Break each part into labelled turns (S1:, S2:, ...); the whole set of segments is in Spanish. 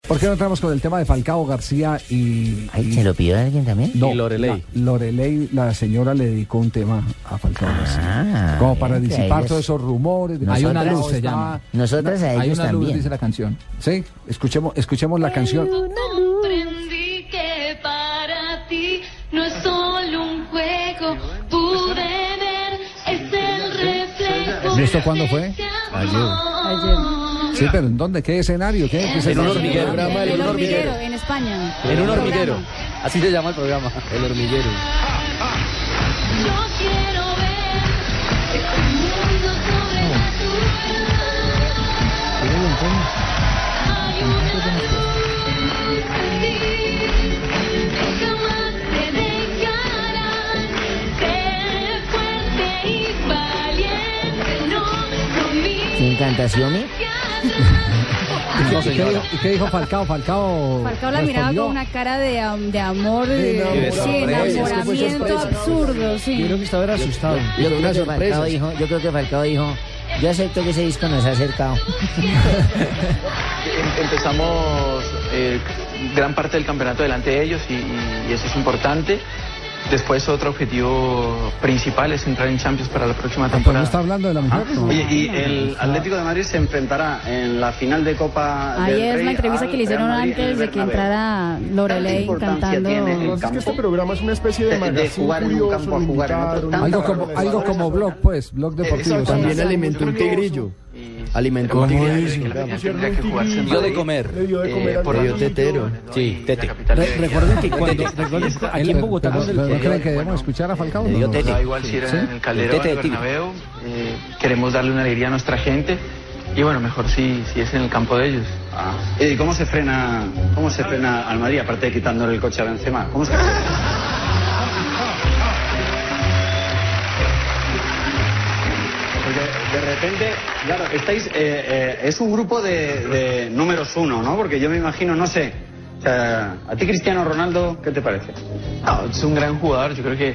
S1: ¿Por qué no entramos con el tema de Falcao García y.
S2: Ay, ¿Se lo pidió alguien también?
S1: No,
S3: Y Loreley.
S1: La, Loreley, la señora le dedicó un tema a Falcao García.
S2: Ah,
S1: Como para
S2: bien, que
S1: disipar
S2: ellos-
S1: todos esos rumores. de-
S4: Hay una
S1: Falcao
S4: luz, se
S1: está-
S4: llama.
S2: Nosotras a
S4: Hay
S2: ellos
S4: una luz, dice
S2: también.
S4: la canción.
S1: Sí, escuchemos, escuchemos la canción.
S5: Comprendí que para ti no es solo un juego. Pude ver, es el reflejo.
S1: ¿Y esto cuándo fue?
S5: Ayer.
S1: Sí, pero ¿en dónde? ¿Qué escenario? ¿Qué, qué
S3: En un
S1: escenario?
S3: hormiguero. Programa del
S6: El
S3: hormiguero.
S6: hormiguero en España.
S3: En un hormiguero.
S6: Programa.
S3: Así se llama el programa. El hormiguero.
S5: Yo quiero ver este mundo sobre la Hay una luz en ti que jamás te dejarán. Ser fuerte y valiente, no lo
S2: ¿Quién canta, Xiaomi?
S1: ¿Y
S3: No,
S1: qué- y qué,
S3: señora.
S1: dijo- y qué dijo Falcao? Falcao.
S6: Falcao la miraba
S1: respondió.
S6: con una cara de, am- de amor,
S1: De
S6: de,
S1: enamoramiento.
S6: sí, enamoramiento absurdo, sí.
S4: estaba asustado.
S2: Yo creo, que Falcao dijo, yo creo que Falcao dijo, yo acepto que ese disco nos ha acercado.
S7: Em- Empezamos eh, gran parte del campeonato delante de ellos y, y- y eso es importante. Después otro objetivo principal es entrar en Champions para la próxima
S1: Ah, Pero no está
S7: temporada.
S1: hablando de la mujer.
S8: Oye, y el Atlético de Madrid se enfrentará en la final de Copa del
S6: Ahí es
S8: Rey
S6: la entrevista
S8: al
S6: que le hicieron
S8: Real Madrid en el
S6: antes de que
S8: Bernabéu.
S6: entrara
S8: Tanta
S6: Lorelei
S8: importancia
S6: cantando.
S8: tiene el
S9: Entonces, que este
S8: campo
S7: Eh,
S9: programa es una especie de
S8: de- de
S9: magazine
S8: jugar en un
S9: curioso,
S8: campo a jugar en otro.
S9: invitar,
S8: Tanta
S1: Algo
S9: invitar
S1: como,
S9: a
S1: algo
S9: jugadores.
S1: como blog, pues, blog deportivo. sí.
S9: Exactamente. También alimentó un tigrillo.
S7: Y-
S3: Alimentó
S7: Como
S3: un
S7: diría,
S3: tigrillo.
S7: que la final
S9: Pusieron
S7: tendría que
S9: un
S7: jugarse en
S9: tigrillo.
S3: Dio de
S7: Madrid,
S9: Le
S3: comer.
S9: dio de
S7: eh,
S9: comer al
S7: por la-
S3: Dio
S9: niño.
S3: tetero.
S7: ¿no?
S3: Sí,
S7: Y la
S3: tete.
S7: capital
S1: Re-
S7: de-
S1: recordemos que
S7: de-
S1: cuando-
S7: de-
S1: recordemos
S7: de-
S4: Aquí en Bogotá,
S1: Pero,
S4: con el
S1: pero ¿No
S4: que-
S1: creen que eh, debemos
S7: bueno,
S1: escuchar a Falcao?
S3: le dio
S1: No.
S3: tete.
S7: Da igual si era
S1: Sí.
S7: en el Calderón
S3: Tete de
S7: el
S3: tigre.
S7: Bernabéu. eh, queremos darle una alegría a nuestra gente. Y bueno, mejor si, si es en el campo de ellos.
S8: Ah. ¿Y cómo se frena, cómo se frena al Madrid aparte de quitándole el coche a Benzema? ¿Cómo se frena? Porque de repente, claro, estáis, eh, eh, es un grupo de, de números uno, ¿no? Porque yo me imagino, no sé, o sea, a ti Cristiano Ronaldo, ¿qué te parece?
S7: No, Ah, es un gran jugador. Yo creo que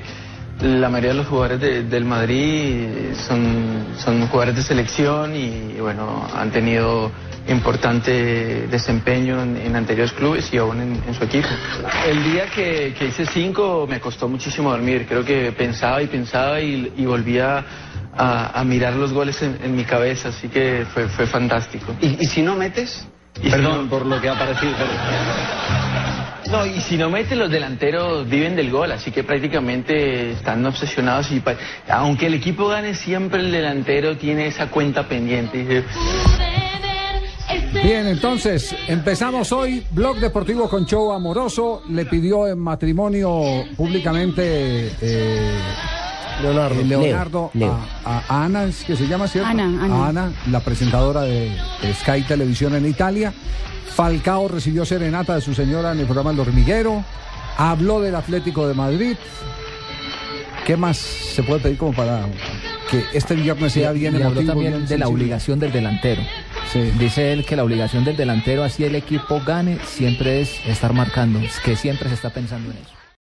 S7: la mayoría de los jugadores de- del Madrid son, son jugadores de selección y, bueno, han tenido importante desempeño en, en anteriores clubes y aún en, en su equipo. El día que, que hice cinco me costó muchísimo dormir. Creo que pensaba y pensaba y, y volvía a, a mirar los goles en, en mi cabeza, así que fue, fue fantástico.
S8: ¿Y, y si no metes?
S7: Y si
S8: Perdón
S7: no-
S8: por lo que ha parecido. pero-
S7: No, y si no meten los delanteros viven del gol, así que prácticamente están obsesionados y pa- aunque el equipo gane siempre el delantero tiene esa cuenta pendiente. Y-
S1: Bien, entonces empezamos hoy Blog Deportivo con Show Amoroso. Le pidió en matrimonio públicamente eh,
S4: Leonardo.
S1: eh, Leonardo
S2: Leo, Leo.
S1: A, a Ana, es que se llama, ¿cierto?
S6: Ana, Ana.
S1: A Ana, la presentadora de Sky Televisión en Italia. Falcao recibió serenata de su señora en el programa El Hormiguero. Habló del Atlético de Madrid. ¿Qué más se puede pedir como para que este viernes sea bien
S4: y habló
S1: emotivo?
S4: también
S1: bien
S4: de
S1: sensible?
S4: la obligación del delantero.
S1: Sí.
S4: Dice él que la obligación del delantero, así el equipo gane, siempre es estar marcando, es que siempre se está pensando en eso.